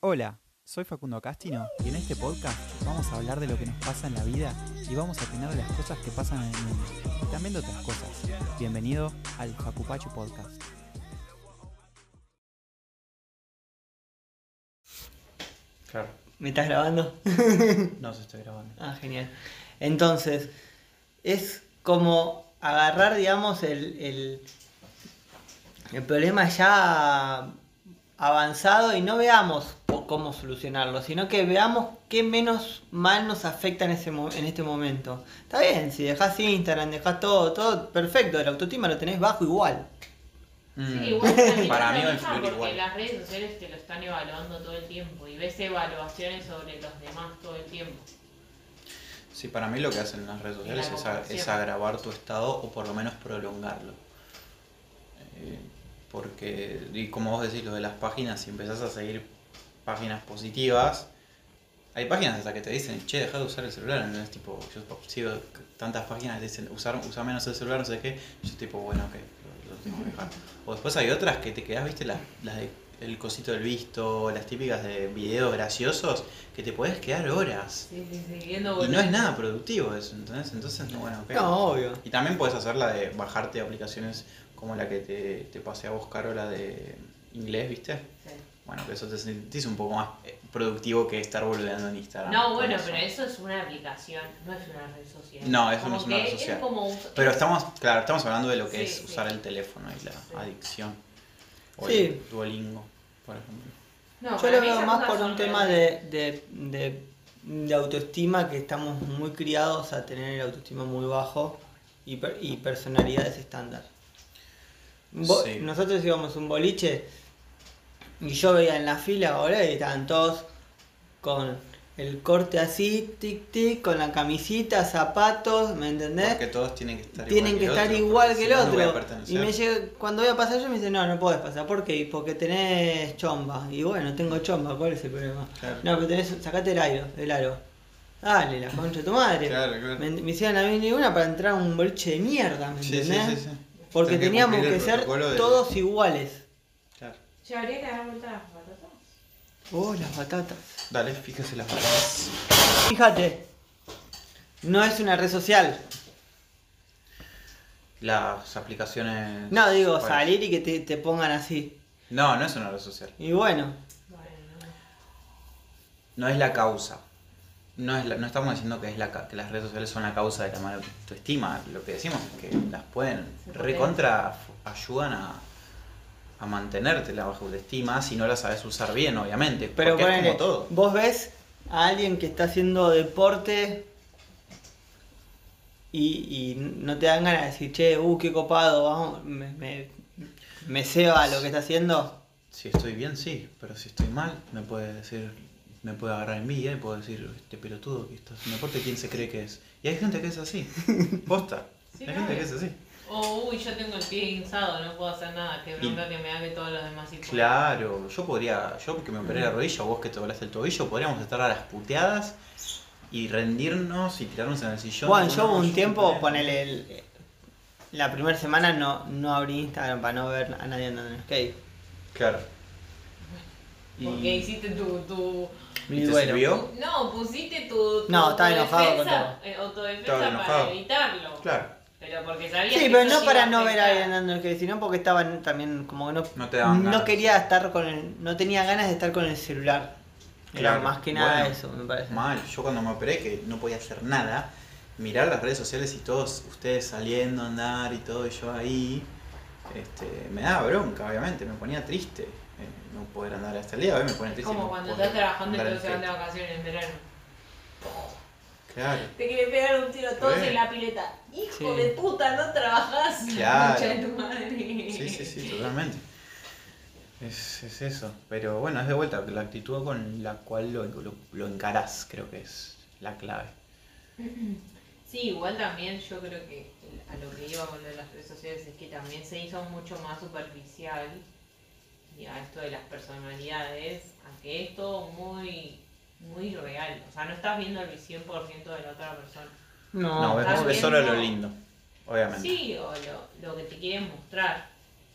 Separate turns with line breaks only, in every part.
Hola, soy Facundo Castino y en este podcast vamos a hablar de lo que nos pasa en la vida y vamos a opinar de las cosas que pasan en el mundo y también de otras cosas. Bienvenido al Facupachu Podcast.
Claro.
¿Me estás grabando?
No se estoy grabando.
Ah, genial. Entonces, es como agarrar, digamos, el, el, el problema ya avanzado y no veamos po- cómo solucionarlo, sino que veamos qué menos mal nos afecta en, ese mo- en este momento. Está bien, si dejas Instagram, dejas todo, todo perfecto, el autoestima lo tenés bajo igual.
Mm.
Sí, igual también
Para
es
mí
lo
va a
mismo
influir
porque
igual.
las redes sociales te lo están evaluando todo el tiempo y ves evaluaciones sobre los demás todo el tiempo.
Sí, para mí lo que hacen las redes sociales
La
es, a-
comparación.
es agravar tu estado o por lo menos prolongarlo. Eh, porque, y como vos decís, lo de las páginas, si empezás a seguir páginas positivas, hay páginas hasta que te dicen, che, deja de usar el celular. Entonces, tipo, yo sigo tantas páginas que dicen, usar, usa menos el celular, no sé qué. Yo, tipo, bueno, ok, lo, lo tengo que dejar. O después hay otras que te quedás, viste, las, las de el cosito del visto, las típicas de videos graciosos, que te podés quedar horas.
Sí, sí, sí, viendo
Y no
boludeces.
es nada productivo eso, ¿entendés? Entonces, no, bueno, ok.
Ah, No, obvio.
Y también puedes hacer la de bajarte aplicaciones como la que te, te pasé a buscar o la de inglés, ¿viste?
Sí.
Bueno, que eso te sentís un poco más eh, productivo que estar boludeando en Instagram.
No,
con
bueno,
eso.
pero eso es una aplicación, no es una red social.
No, eso
Como
no es una
que
red social.
Es como un-
Pero estamos, claro, estamos hablando de lo que
Sí,
es
sí.
usar el teléfono y la adicción. O
Sí.
el Duolingo, por ejemplo.
No,
Yo
para
lo
mí
veo
esas
más
cosas
por un
son
tema
redes.
de, de, de- de autoestima, que estamos muy criados a tener el autoestima muy bajo y, per- y personalidades estándar. Vo-
Sí.
Nosotros íbamos a un boliche y yo veía en la fila, boludo, y estaban todos con el corte así, tic tic, con la camisita, zapatos, ¿me entendés?
Porque todos tienen que estar
tienen que
igual el
estar
otro,
igual
porque
que
si
el
no, no voy a
otro. y
pertenecer.
me llega, cuando voy a pasar yo me dice, no, no podés pasar. ¿Por qué? Y Porque tenés chomba. Y bueno, tengo chomba, ¿cuál es el problema?
Claro.
No, pero tenés, sacate el aro, el aro. Dale, la concha de tu madre.
Claro, claro.
Me, me hicieron a mí ni una para entrar a un boliche de mierda, ¿me
Sí, sí,
entendés?
sí, sí.
Porque
Tenés que
teníamos
cumplir
que
el
ser
protocolo de-
todos iguales.
Claro.
Che, habría que dar vuelta a las patatas.
Oh, las patatas.
Dale, fíjese las palabras.
Fíjate, no es una red social.
Las aplicaciones.
No, digo,
¿cuáles?
salir y que te, te pongan así.
No, no es una red social.
Y bueno,
Bueno, no.
No es la causa. No, es la- no estamos diciendo que, es la, ca- que las redes sociales son la causa de la mala autoestima. Lo que decimos es que las pueden
Se potencia.
recontra f- ayudan a, a mantenerte la baja autoestima si no la sabes usar bien, obviamente.
Pero
porque es
ponele,
como todo.
vos ves a alguien que está haciendo deporte y, y no te dan ganas de decir, che, uh, qué copado, vamos, me, me, me ceba lo que está haciendo.
Si estoy bien, sí, pero si estoy mal, me puede decir, me puede agarrar envidia y puedo decir, este pelotudo que está haciendo deporte, ¿quién se cree que es? Y hay gente que es así, posta.
Sí,
hay gente
obvio.
que es así.
O, Oh, uy, yo tengo el pie guinzado, no puedo hacer nada, que bronca que me da que todos los demás sí pueden.
Claro, yo podría, yo que me operé
Mm.
la rodilla, vos que te doblaste el tobillo, podríamos estar a las puteadas y rendirnos y tirarnos en el sillón.
Juan,
No,
yo hubo
no,
un tiempo,
me operé.
ponele, el- la primera semana no, no abrí Instagram para no ver a nadie andando en skate.
Claro.
Porque hiciste tu, tu,
¿Y
Mi
te
duelo.
sirvió?
No, pusiste tu, tu
No, estaba enojado con
autodefensa, eh,
Estaba
autodefensa
enojado.
para evitarlo.
Claro,
Pero porque sabías
Sí,
que
pero
eso
no
te
para
iba
no ver a
afectar.
alguien andando en skate, sino porque estaban también como que no,
No te daban ganas.
quería estar con el, no tenía ganas de estar con el celular. Era
Claro,
más que nada
bueno,
eso, me parece.
mal. Yo cuando me operé, que no podía hacer nada, mirar las redes sociales y todos ustedes saliendo a andar y todo, y yo ahí, este, me daba bronca, obviamente, me ponía triste. eh, No poder andar hasta el día de hoy me pone
Es
triste.
como
no
cuando
poder
estás trabajando y
andar
te
en
vas a de
skate.
vacaciones en verano.
Claro.
Te quiere pegar un tiro todos
Sí.
en la pileta. Hijo
Sí.
de puta, no trabajás.
Claro.
Concha de tu madre.
Sí, sí, sí, totalmente. Es, es eso. Pero bueno, es de vuelta, la actitud con la cual lo, lo, lo encarás, creo que es la clave.
Sí, igual también yo creo que a lo que iba con lo de las redes sociales es que también se hizo mucho más superficial y a esto de las personalidades, a que es todo muy, muy real. O sea, no estás viendo el 100% de la otra persona.
No,
No,
está
ves, ves
bien,
solo lo
no.
lindo, obviamente.
Sí, o lo, lo que te quieren mostrar.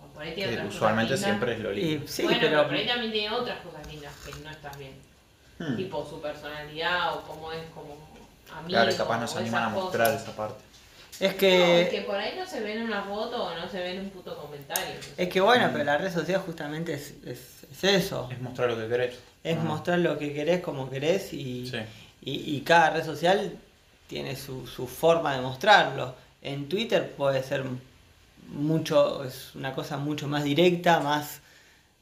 O O por ahí tiene
Que
otras cosas
usualmente
lindas.
siempre es lo
Y
lindo.
sí,
bueno, pero...
pero
por ahí también tiene otras cosas lindas que no estás viendo.
Hmm.
Tipo su personalidad o cómo es como amigo.
Claro, capaz nos
o
animan a
esas cosas.
mostrar esa parte.
es
No,
Eh,
es
que
que por ahí no se ve en una foto o no se ve en un puto comentario.
es que bueno, pero la red social justamente es, es- es eso.
Es mostrar lo que querés.
Es
Ah,
mostrar lo que querés, como querés y,
Sí.
y, y cada red social tiene su, su forma de mostrarlo. En Twitter puede ser mucho, es una cosa mucho más directa, más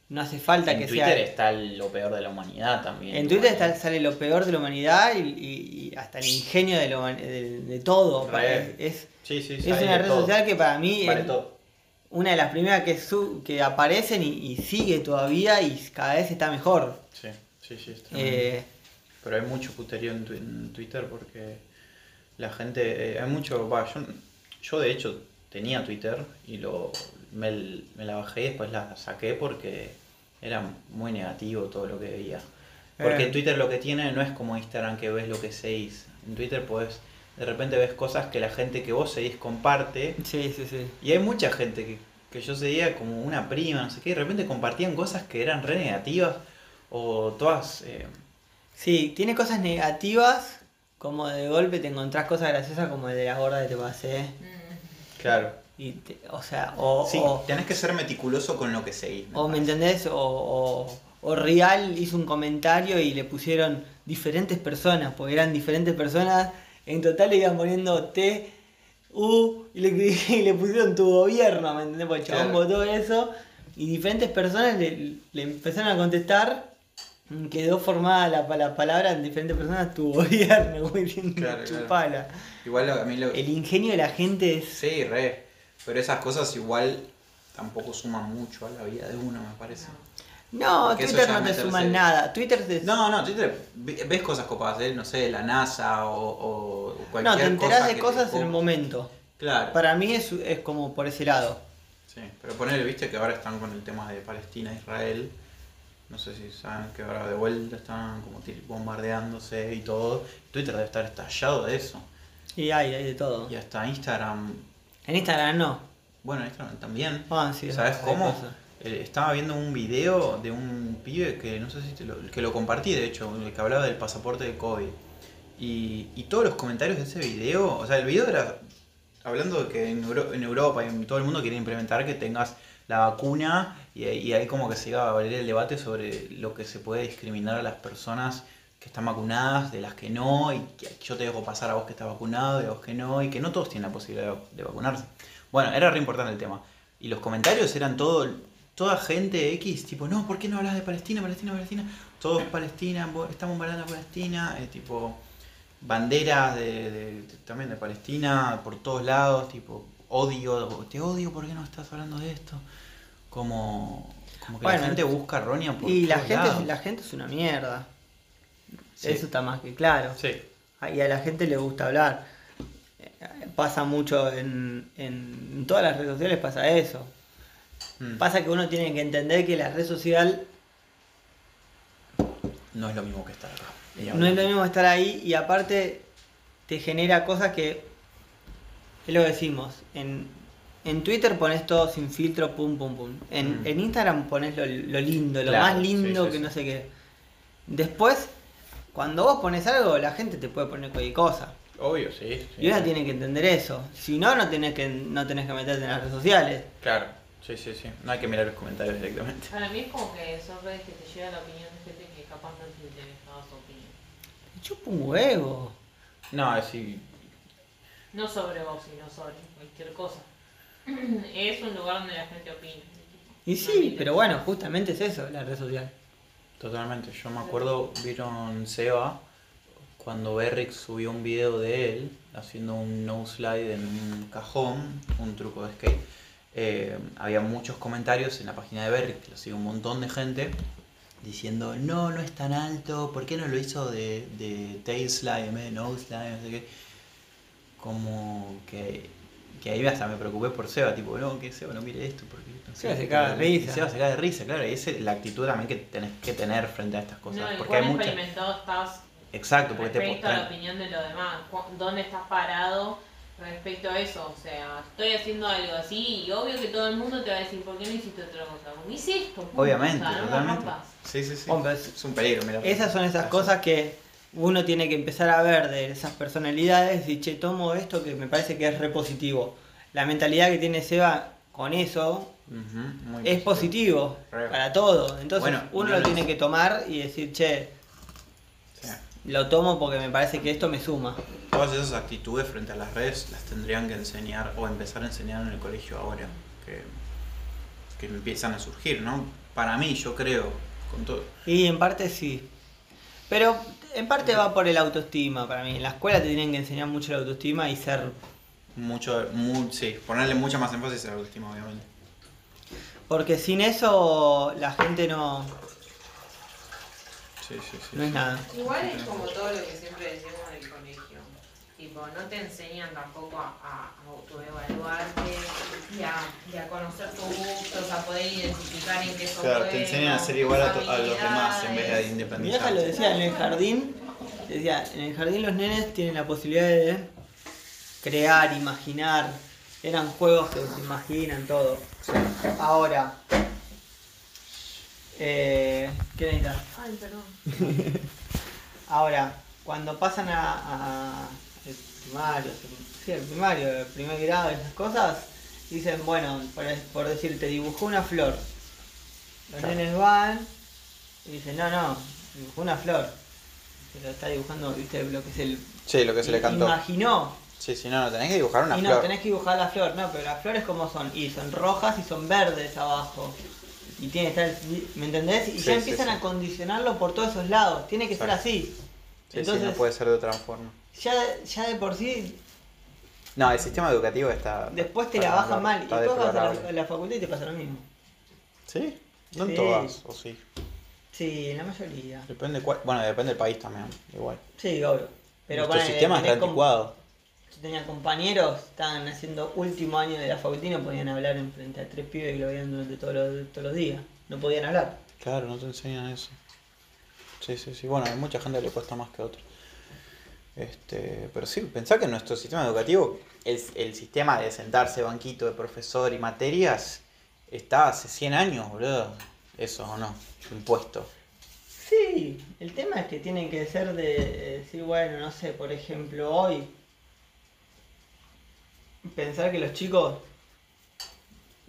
no hace falta
En
que
Twitter
sea.
está lo peor de la humanidad también.
En Twitter está- sale lo peor de la humanidad y, y- y hasta el ingenio de, la human- de- de todo.
Re.
Para- Es,
Sí, sí,
es
sí, hay
una
de
red
todo.
social que para mí
Vale
es
todo.
una de las primeras que, su- que aparecen y, y sigue todavía y cada vez está mejor.
Sí, sí, sí. está bien.
Eh,
Pero hay mucho puterío en, tu- en Twitter porque la gente. eh, hay mucho. va, yo, yo de hecho tenía Twitter y lo me, l- me la bajé y después la saqué porque era muy negativo todo lo que veía. Porque
Eh.
Twitter lo que tiene no es como Instagram que ves lo que seguís. En Twitter podés. De repente ves cosas que la gente que vos seguís comparte.
sí, sí, sí.
Y hay mucha gente que, que yo seguía como una prima, no sé qué, y de repente compartían cosas que eran re negativas o todas. eh,
Sí, tiene cosas negativas, como de golpe te encontrás cosas graciosas como el de la gorda que te pasé.
Mm.
claro.
Y te- o sea, o,
Sí,
o-
tenés que ser meticuloso con lo que seguís. me
o, me
parece.
entendés, o, o, o Real hizo un comentario y le pusieron diferentes personas, porque eran diferentes personas, en total le iban poniendo T, U, y le, y le pusieron tu gobierno, ¿me entendés? Porque el chabón
Claro.
votó eso, y diferentes personas le, le empezaron a contestar. mm, Quedó formada la, pa- la palabra en diferentes personas tu gobierno, muy bien
Claro, claro.
chupala.
Igual lo- a mí lo.
El ingenio de la gente es.
Sí, re. Pero esas cosas igual tampoco suman mucho a la vida de uno, me parece.
No,
Porque eso
Twitter
ya
no
es
te
meterse-
suma nada. Twitter te,
No, no, Twitter ve- ves cosas copadas, ¿eh? no sé, de la NASA o, o cualquier
No, te enterás
cosa
de
que
cosas
te-
en el momento.
Claro.
Para mí es, es como por ese lado.
Sí, pero ponele, viste que ahora están con el tema de Palestina, Israel. No sé si saben que ahora de vuelta están como tir- bombardeándose y todo. Twitter debe estar estallado de eso.
Y hay, hay de todo.
Y hasta Instagram.
En Instagram no.
Bueno, Instagram también.
Ah, sí,
¿Sabes
hay
cómo?
cosas.
Eh, Estaba viendo un video de un pibe que no sé si te lo, que lo compartí, de hecho, el que hablaba del pasaporte de COVID. Y, y todos los comentarios de ese video, o sea, el video era hablando de que en, Euro- en Europa y en todo el mundo quieren implementar que tengas la vacuna y, ahí- y ahí como que se iba a abrir el debate sobre lo que se puede discriminar a las personas que están vacunadas de las que no y que yo te dejo pasar a vos que estás vacunado y a vos que no y que no todos tienen la posibilidad de, vac- de vacunarse. Bueno, era re importante el tema. Y los comentarios eran todo, toda gente X, tipo, no, ¿por qué no hablas de Palestina, Palestina, Palestina? Todos Palestina, bo- estamos bombardeando a Palestina, eh, tipo, banderas de, de- de- también de Palestina por todos lados, tipo, odio, te odio, ¿por qué no estás hablando de esto? Como, como que
Bueno,
la gente busca roña por
Y la
todos
gente,
lados.
la gente es una mierda.
Sí.
Eso está más que claro.
Sí,
Y a la gente le gusta hablar. Eh, Pasa mucho en, en- en todas las redes sociales, pasa eso.
Mm.
Pasa que uno tiene que entender que la red social
no es lo mismo que estar acá. Y
No es
ahora-
lo mismo estar ahí y aparte te genera cosas que. Es lo que decimos. En, en Twitter pones todo sin filtro, pum, pum, pum. En,
Mm.
en Instagram pones lo, lo lindo, lo
Claro,
más lindo
sí, sí,
que
sí.
no sé qué. Después, cuando vos pones algo, la gente te puede poner cualquier cosa.
Obvio, sí. sí.
Y uno tiene que entender eso. Si no, no tenés que, no tenés que meterte en las redes sociales.
Claro, sí, sí, sí. No hay que mirar los comentarios directamente.
Para mí es como que son redes que te llega la opinión de gente que capaz no te interesaba su opinión.
Me Chupa un huevo.
No, sí.
No sobre vos, sino sobre cualquier cosa. es un lugar donde la gente opina.
Y
No me
sí,
interesa.
pero bueno, justamente es eso, la red social.
Totalmente, yo me acuerdo, vieron Seba, cuando Berrick subió un video de él haciendo un no slide en un cajón, un truco de skate. eh, había muchos comentarios en la página de Berrick, que lo sigue un montón de gente, diciendo, no, no es tan alto, ¿por qué no lo hizo de, de tail slide en vez de no slide? No sé qué. Como que, que ahí hasta me preocupé por Seba, tipo, no, que Seba no mire esto, porque no
Seba se caga de risa.
Seba se caga de risa, claro, y esa es la actitud también que tenés que tener frente a estas cosas,
no, y
porque hay
cuán
muchas...
experimentado estás
Exacto, porque te
respecto a la
postran.
opinión de los demás. Cu- ¿Dónde estás parado respecto a eso, o sea, estoy haciendo algo así y obvio que todo el mundo te va a decir, ¿por qué no hiciste otra cosa? ¿Por qué hice esto? punto,
Obviamente,
o sea, no me
totalmente.
rompas.
Sí, sí, sí.
Hombre, es-
es un peligro, mira.
Esas son esas cosas que uno tiene que empezar a ver de esas personalidades y che, tomo esto que me parece que es repositivo. La mentalidad que tiene Seba con eso
Ujú, muy
es positivo
Re.
para todo. Entonces
Bueno,
uno
no
lo
lo
tiene
hice.
que tomar y decir, che,
O sea,
lo tomo porque me parece que esto me suma.
todas esas actitudes frente a las redes las tendrían que enseñar o empezar a enseñar en el colegio ahora, que, que empiezan a surgir, ¿no? Para mí, yo creo, con todo.
Y en parte sí. Pero en parte va por el autoestima para mí. En la escuela te tienen que enseñar mucho la autoestima y ser...
Mucho, mu- sí, ponerle mucha más énfasis a la última, obviamente.
Porque sin eso la gente no,
Sí, sí, sí.
no es nada.
Igual es como todo lo que siempre decimos en el colegio. Tipo, no te enseñan tampoco a, a autoevaluarte y a, y a conocer tus gustos, a poder identificar en qué sos
Claro, te
bueno,
enseñan a ser igual a, to- a los demás en vez de
habilidades.
Mi vieja lo
independizarse.
decía en el jardín, decía, en el jardín los nenes tienen la posibilidad de crear, imaginar, eran juegos que se imaginan todo. Ahora, eh, ¿qué necesitas?
Ay, perdón.
Ahora, cuando pasan a, a el primario, sec- sí, el primario, el primer grado, esas cosas, dicen, bueno, por, por decir, te dibujó una flor. Los nenes van y dicen, no, no, dibujó una flor. Se lo está dibujando, viste, lo que es el...
Sí, lo que se le cantó.
Imaginó.
Sí, si no, no tenés que dibujar una
y no,
flor.
tenés que dibujar la flor, no, pero las flores como son, y son rojas y son verdes abajo. Y tiene que estar, ¿me entendés? Y
Sí,
ya
sí,
empiezan
sí.
a condicionarlo por todos esos lados, tiene que
Exacto.
ser así.
Sí, sí, no puede ser de otra forma.
ya, ya de por sí,
No, el sistema educativo está.
después te
está-
la bajan mal. Y
está
después vas a la, a
deplorable.
la facultad y te pasa lo mismo.
¿Sí? No en
Sí.
todas, o sí.
Sí, en la mayoría.
Depende cuál- Bueno, depende del país también, igual.
Sí, obvio. Pero
Nuestro
ponele,
sistema es
tenés com-
anticuado.
Yo tenía compañeros, estaban haciendo último año de la facultad y no podían hablar en frente a tres pibes que lo veían durante todos los, todos los días. No podían hablar.
Claro, no te enseñan eso. Sí, sí, sí. Bueno, a mucha gente le cuesta más que a otros. Este, pero sí, pensá que nuestro sistema educativo, el, el sistema de sentarse banquito de profesor y materias, está hace 100 años, boludo. Eso o no, impuesto.
Sí, el tema es que tienen que ser de, de decir, bueno, no sé, por ejemplo, hoy. Pensar que los chicos,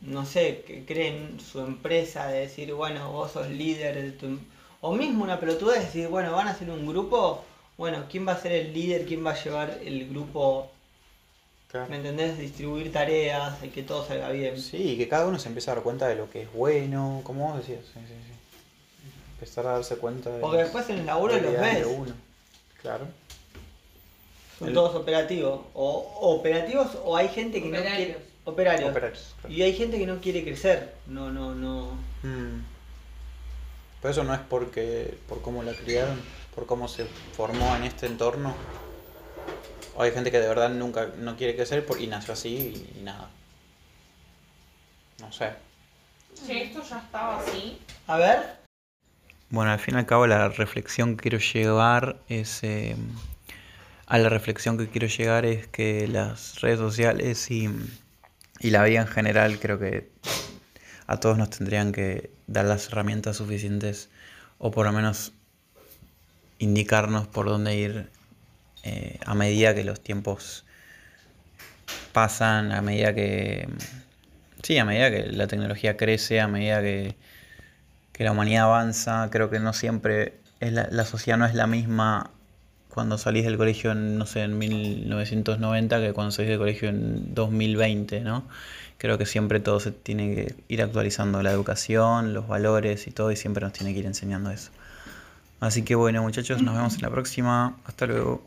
no sé, que creen su empresa de decir, bueno, vos sos líder de tu. em- O mismo una pelotuda de decir, bueno, van a hacer un grupo, bueno, ¿quién va a ser el líder? ¿Quién va a llevar el grupo? ¿Me entendés? Distribuir tareas, y que todo salga bien.
Sí, y que cada uno se empieza a dar cuenta de lo que es bueno, como vos decías. Sí, sí, sí. Empezar a darse cuenta de.
Porque
las
después en el laburo los
realidades
ves.
de uno. Claro.
Son
El-
todos operativos. O operativos o hay gente que no
Operarios.
quiere. Operarios.
Operarios, claro.
Y hay gente que no quiere crecer. No, no, no.
Mm. Pero eso no es porque por cómo la criaron, por cómo se formó en este entorno. O hay gente que de verdad nunca no quiere crecer por- y nació así y, y nada. No sé.
Che, esto ya estaba así.
A ver.
Bueno, al fin y al cabo la reflexión que quiero llevar es... eh, a la reflexión que quiero llegar es que las redes sociales y, y la vida en general creo que a todos nos tendrían que dar las herramientas suficientes o por lo menos indicarnos por dónde ir eh, a medida que los tiempos pasan, a medida que... Sí, a medida que la tecnología crece, a medida que que la humanidad avanza, creo que no siempre es la, la sociedad no es la misma cuando salís del colegio en, no sé, en 1990 que cuando salís del colegio en 2020, ¿no? Creo que siempre todo se tiene que ir actualizando, la educación, los valores y todo, y siempre nos tiene que ir enseñando eso. Así que bueno, muchachos, nos vemos en la próxima. Hasta luego.